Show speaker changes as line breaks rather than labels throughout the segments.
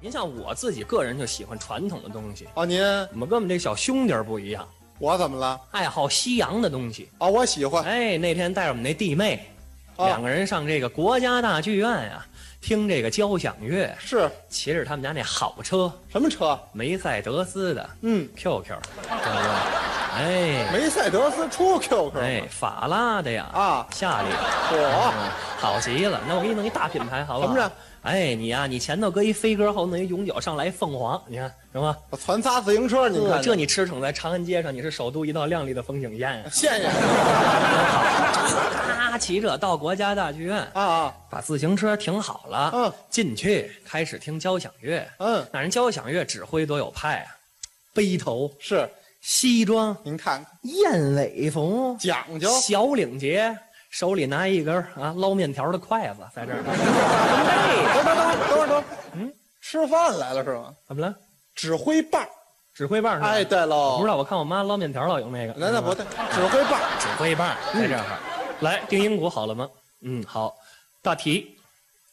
您像我自己个人就喜欢传统的东西，
哦，您
我们跟我们这小兄弟儿不一样，
我怎么了？
爱好西洋的东西。
哦，我喜欢。
哎，那天带着我们那弟妹，
哦
两个人上这个国家大剧院啊，听这个交响乐，
是
骑着他们家那好车
什么车？
梅赛德斯的
嗯，
QQ，哎
梅赛德斯出 QQ
哎，法拉的呀，
啊
夏利，
我
嗯好极了。那我给你弄一大品牌，好不好？
怎么着？
哎，你呀、你前头搁一飞鸽，后头弄一永久，上来一凤凰，你看是吧？
我攒仨自行车，你们看。
这你驰骋在长安街上，你是首都一道亮丽的风景线呀
谢谢
咔，骑着到国家大剧院，
啊啊，
把自行车停好了，
嗯，
进去开始听交响乐。
嗯，
那人交响乐指挥多有派啊，背头、
是
西装、
您看看
燕尾服、
讲究
小领结，手里拿一根啊捞面条的筷子，在这儿。哎
等会儿等会儿等会儿等会儿，嗯，吃饭来了是吗？
怎么了？
指挥棒，
指挥棒是吧？
哎，对喽，
不知道，嗯我看我妈捞面条老用那个。
那那不对，指挥棒，
指挥棒在这儿。来，定音鼓好了吗？嗯，好。大提，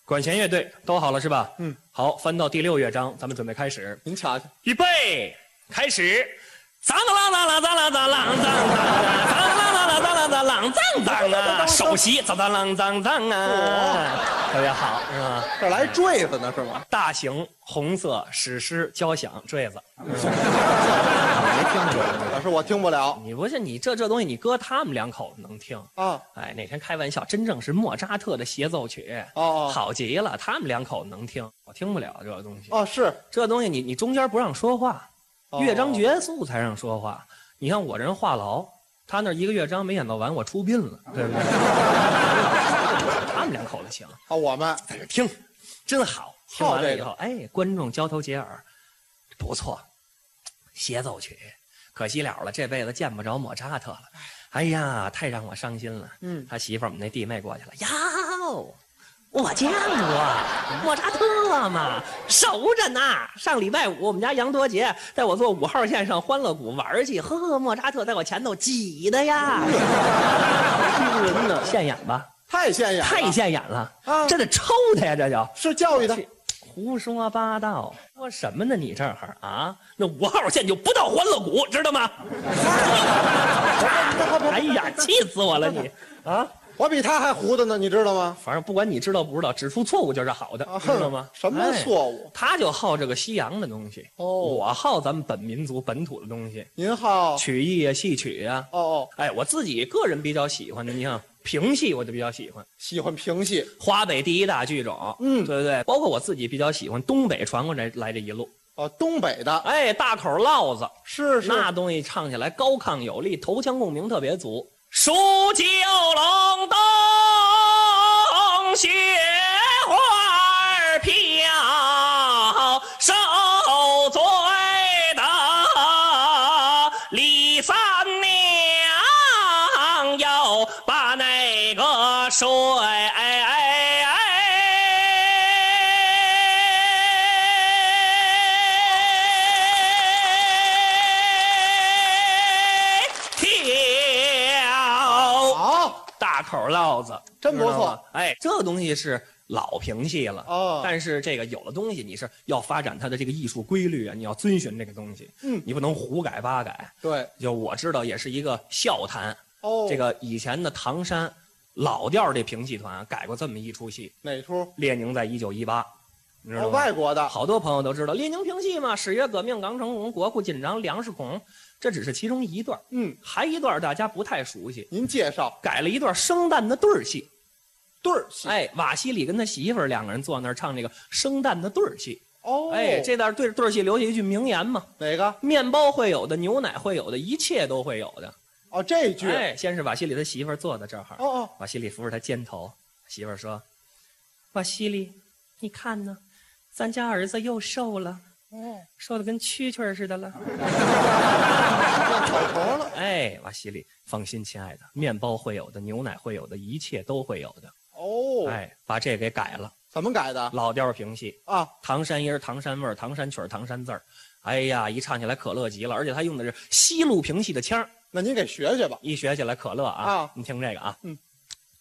管弦乐队都好了是吧？
嗯，
好，翻到第六乐章，咱们准备开始。
您瞧瞧，
预备，开始。脏啦啦啦啦啦啦啦脏脏啊，脏啦啦啦啦啦啦啦脏脏啊，首席脏脏啷脏脏啊，特别好是吧？
这来坠子呢是吗？
大型红色史诗交响坠子，
老师我听不了
你不是你这这东西你搁他们两口子能听？
啊，
哎，哪天开玩笑，真正是莫扎特的协奏曲，
哦哦
好极了，他们两口子能听，我听不了这个东西。
哦是，
这东西你你中间不让说话，
哦
乐章结束才让说话。你看我这人话痨，他那一个乐章没演到完，我出殡了，对不对？ 他们两口子行，
啊我们
在这哎听，真好。听
好
完了
这
以
个
后，哎，观众交头接耳，不错，协奏曲，可惜了了，这辈子见不着莫扎特了。哎呀，太让我伤心了。
嗯
他媳妇儿我们那弟妹过去了，哟，我见过莫扎特嘛，熟着呢。上礼拜五我们家杨多杰带我坐五号线上欢乐谷玩儿去，呵呵，莫扎特在我前头挤的呀，
嗯欺负人呢，
现眼吧，
太现眼了，
太现眼了，
啊
这得抽他呀，这就是
教育的，
胡说八道，说什么呢？你这儿啊，那五号线就不到欢乐谷，知道吗？哎呀， 气死我了你！啊，
我比他还糊的呢，你知道吗？
反正不管你知道不知道，指出错误就是好的，
啊
知道吗？
什么
哎
错误
他就好这个西洋的东西，
哦
我好咱们本民族本土的东西，
您好，
曲艺啊、戏曲啊。
哦哦，
哎，我自己个人比较喜欢的，你像评戏，我就比较喜欢
喜欢评戏，
华北第一大剧种，
嗯
对不对？包括我自己比较喜欢东北传过来来这一路，
哦，东北的，
哎，大口烙子，
是是，
那东西唱起来高亢有力，头腔共鸣特别足。数九龙灯，雪花儿飘，受罪的李三娘要把那个水。跳
好，
大口烙子，
真不错
知道吗。哎，这个东西是老评戏了
哦
但是这个有的东西你是要发展它的这个艺术规律啊，你要遵循这个东西，
嗯
你不能胡改八改。
对，
就我知道，也是一个笑谈。
哦，
这个以前的唐山老调儿这评戏团改过这么一出戏，《
哪出？
列宁在一九一八》，你知道
哦，
吗？
外国的，
好多朋友都知道，列宁评戏嘛，十月革命、港城红、国库紧张、粮食恐，这只是其中一段儿，
嗯，
还一段儿大家不太熟悉，
您介绍
改了一段生旦的对儿戏。
对儿戏，
哎，瓦西里跟他媳妇儿两个人坐那儿唱这个生旦的对儿戏。
哦，
哎，这段对对儿戏留下一句名言嘛：
哪个？
面包会有的，牛奶会有的，一切都会有的。
哦，这句，
哎，先是瓦西里他媳妇儿坐在这儿，
哦哦，
瓦西里扶着他肩头，媳妇儿说：“瓦西里，你看呢，咱家儿子又瘦了，
哦，
瘦的跟蛐蛐儿似的了。”
草头了，
哎，瓦西里，放心，亲爱的，面包会有的，牛奶会有的，一切都会有的。
哦，
哎，把这给改了，
怎么改的？
老调儿评戏。
啊，
唐山音儿、唐山味儿、唐山曲儿、唐山字儿，哎呀，一唱起来可乐极了，而且他用的是西路评戏的腔儿，
那您给学学吧。
一学起来可乐啊！
啊
你听这个啊，
嗯，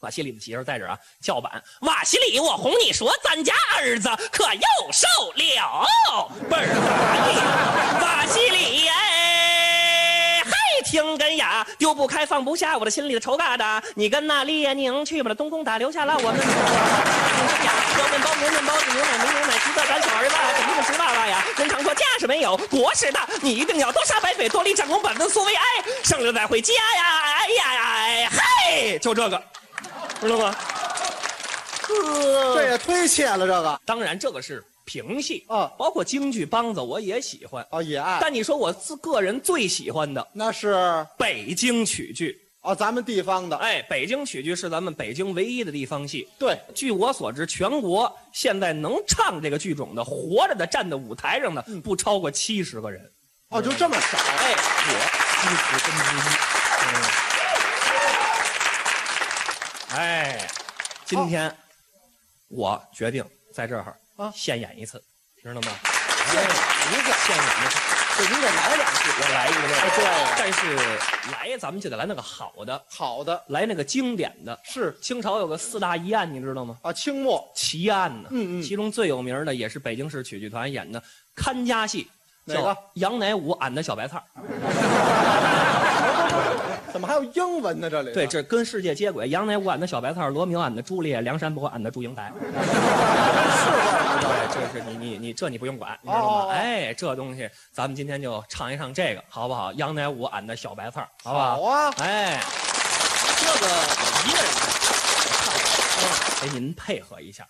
瓦西里的媳妇在这儿啊，叫板：“瓦西里，我哄你说，咱家儿子可又瘦了，倍儿大力。瓦西里哎，嘿，听根呀，丢不开放不下，我的心里的愁疙瘩。你跟那列宁去吧，那东宫打留下了我们。根呀，有面包，没面包，牛奶，没牛奶，吃的咱小儿子啊肯定是吃爸爸呀。人常说家是没有，国是大，你一定要多杀白匪，多立战功，本分苏维埃，胜利再回家呀！哎呀呀，哎嘿，就这个。”知道吗？呃
这也忒切了，这个
当然，这个是评戏
啊
包括京剧、梆子，我也喜欢。
哦也爱，
但你说我自个人最喜欢的
那是
北京曲剧，
哦咱们地方的，
哎，北京曲剧是咱们北京唯一的地方戏。
对，
据我所知，全国现在能唱这个剧种的，活着的站在舞台上的，
嗯
不超过七十个人。
哦就这么少，
哎，我七十分之一。哎，今天我决定在这儿
啊
现演一次，知道吗？哎
现一个，
现演一次，
这你得来两句，
我来一个这
哎
个。
对呀，
但是来咱们就得来那个好的，
好的
来那个经典的。
是
清朝有个四大疑案，你知道吗？
啊，清末
奇案呢，
嗯嗯
其中最有名的也是北京市曲剧团演的看家戏，
哪个
叫《杨乃武俺的小白菜儿》。
怎么还有英文呢？这里
对，这跟世界接轨。杨乃武俺的小白菜儿，罗密欧俺的朱丽叶，梁山伯俺的祝英 台。
是吧？
对，这是你你你这你不用管，你知道
哦哦
吗？
哦
哎，这东西咱们今天就唱一唱这个，好不好？杨乃武俺的小白菜儿，好不
好
好？
啊，
哎，这个我一个人唱，哎，您配合一下。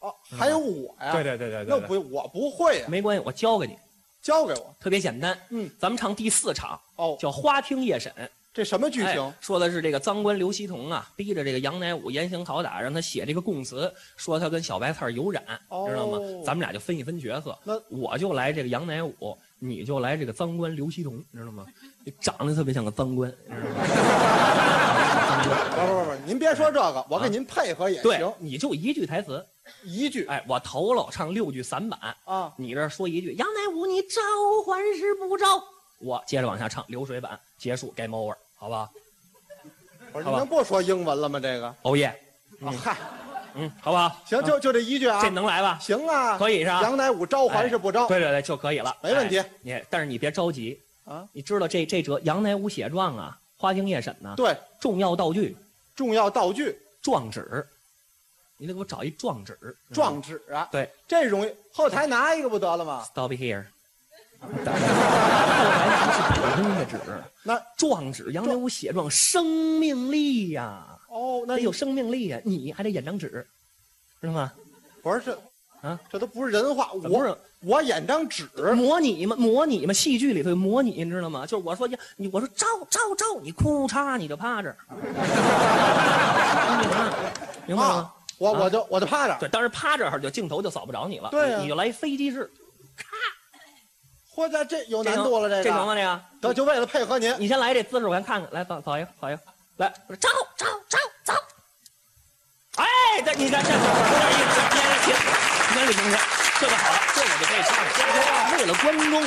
哦还有我
嗯
呀，
对对对
那不我不会呀，
没关系，我教给你，
交给我
特别简单。
嗯，
咱们唱第四场，
哦，
叫《花厅夜审》。
这什么剧
哎
情？
说的是这个赃官刘希同啊，逼着这个杨乃武严刑拷打，让他写这个供词，说他跟小白菜儿有染，
哦
知道吗？咱们俩就分一分角色，
那
我就来这个杨乃武，你就来这个赃官刘希同，你知道吗？你长得特别像个赃官，你知道吗？
不不不不，您别说这个，我
哎啊
给您配合也
对
行，，
你就一句台词，
一句
哎，我头喽唱六句散板，
啊，
你这儿说一句杨乃武，你招还是不招？我接着往下唱流水板，结束 game over，好不好？
我说
好
您
吧
能不说英文了吗？这个啊，
熬夜，
嗨，
哦嗯，好不好？
行，就就这一句啊
这，能来吧？
行啊，
可以是吧？哎
杨乃武招还是不招？
对对对，就可以了，
没问题
哎你但是你别着急
啊，
你知道这这折《杨乃武写状》啊，《花厅夜审》呢，
对，
重要道具
重要道具
状纸，你得给我找一状纸。嗯
状纸啊，
对
这容易，后台拿一个不得了吗？
，Stop here。后来拿的是普通的纸，
那
状纸，杨乃武写状，生命力呀、
哦，那
得有生命力呀、你还得演张纸，知道吗？
不是这
啊，
这都不是人话，
怎么
我
是
我演张纸，
模拟嘛，模拟嘛，戏剧里头有模拟，你知道吗？就是我说呀，你我说招招招，你哭嚓你就趴这儿，明白吗
啊？，我
啊
我就我就趴着，
对，当然趴这儿就镜头就扫不着你了，
对啊
你你就来一飞机式，
嚯，这这有
这
难
能
度了，
这
这
能
个
吗？这个，
得就为了配合您，
你先来这姿势，我先看看，来扫扫一个，扫一个，来，我说招招招走，哎，这你看这这这这这这这这个好了，这我就可以唱了，为了观众，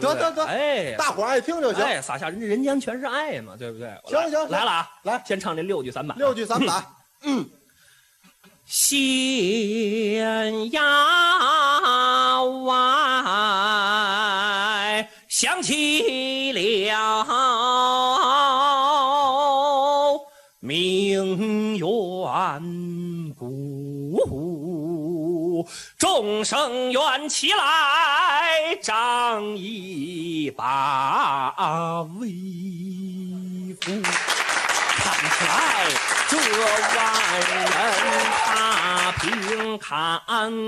对不对
得得得
哎，
大伙儿爱听就行，
哎，撒下人人间全是爱嘛，对不对？我
行
来
行行
来了啊，
来
先唱这六句散啊板。
六句散 板，
县衙外响起了鸣冤鼓，众生缘起来，仗一把威风。看起来这万人踏平坎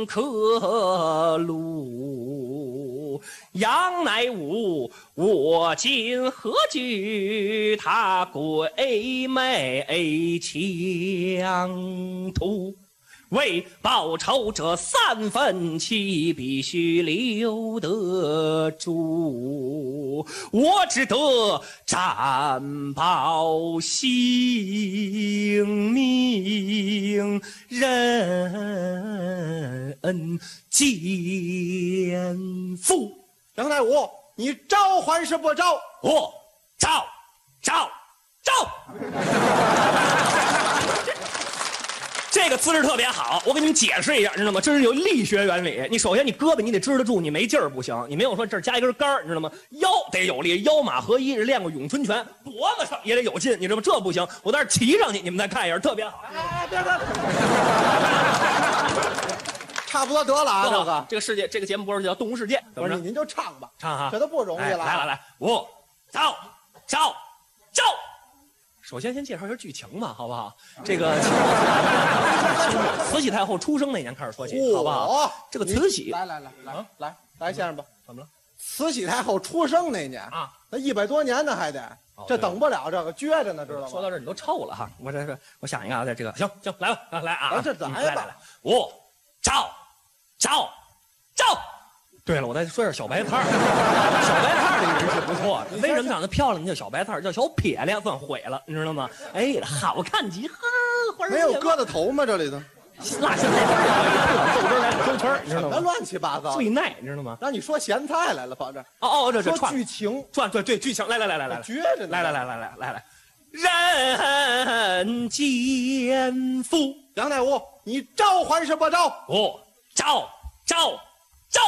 坷路，杨乃武，我今何惧他鬼魅强徒？为报仇者三分气，必须留得住。我只得战报性命，人肩负。
杨乃武，你招还是不招？
我赵赵赵， 这个姿势特别好，我给你们解释一下，你知道吗？这是有力学原理。你首先你胳膊你得支得住，你没劲儿不行，你没有说这儿加一根杆儿，你知道吗？腰得有力，腰马合一，练过咏春拳，脖子上也得有劲，你知道吗？这不行，我在这儿骑上去，你们再看一下，特别好。
哎，别别，差不多得了啊，
这
这个
个这个世界，这个节目播出去叫《动物世界》，怎么
不是
着
你？您就唱吧，
唱哈
这都不容易
哎
了啊。
来来来，五、走、走、走。首先先介绍一下剧情嘛，好不好？这 个慈禧太后出生那年开始说起，好不好？
嚯
这个慈禧
来来来来
啊
来来，先生吧，
怎么了？
慈禧太后出生那年
啊，
那一百多年呢，还得
哦
这
对
等不了这个撅着呢，知道
说
吗？
到这儿你都臭了哈，我这是我想一个啊，在这个行行来吧，啊来啊，
来这
嗯
来吧
来来来，五、走、走、走。对了，我再说一下小白菜儿，小白菜儿这个人是不错的，为什么长得漂亮？你叫小白菜儿，叫小撇亮算毁了，你知道吗？哎，好看极了，花儿哎
没有
也
疙瘩头吗？这里 头
那现在豆汁儿来兜圈儿，你知
什
道
么
吗？
乱七八糟，
最耐，你知道吗？
让你说咸菜来了，跑这儿
哦哦，这这
说
串
剧情，
串对对剧情，来来来来来来
撅着呢。
来来来来来来来，人间福，
杨乃武，你招还是不招？
我招招招。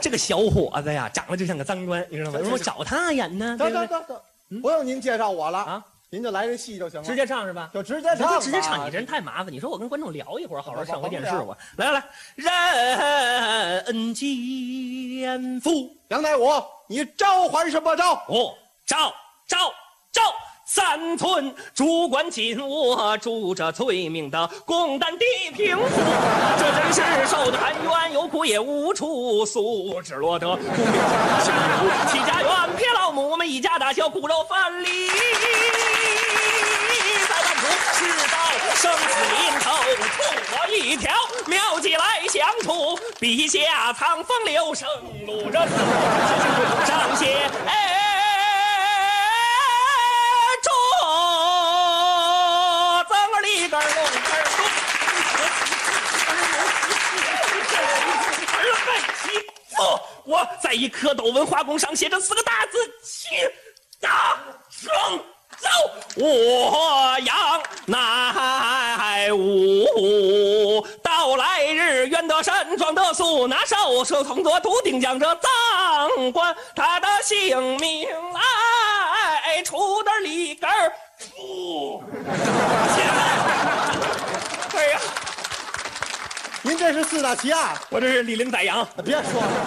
这个小伙子呀，长得就像个脏官，你知道吗？
行
我找他演呢，对
等
不对？
等等等，不用您介绍我了
嗯啊，
您就来这戏就行了，
直接唱是吧？
就直接唱吧，
直接唱，你这人太麻烦。你说我跟观众聊一会儿，好好上回电视
甭聊
我来来来，人间福，
杨乃武，你招还是不招？
我照照照。三寸主管紧握住这罪名的共担地平湖，这真是受的含冤，有苦也无处诉，只落得功名享有齐家园，撇老母，我们一家大小骨肉分离。在万途世道，生死临头，痛我一条。妙计来降图，笔下藏风流，生路人。上写着，咱们里根儿龙根儿中。儿奋起父，我在一颗斗文化宫上写着四个大字：七大双奏。我杨乃武，到来日愿得山庄得素，拿手是从左土定将这藏官，他的姓名来出的里根儿出。哎呀，
您这是四大奇案，
我这是李陵宰羊。
别说了。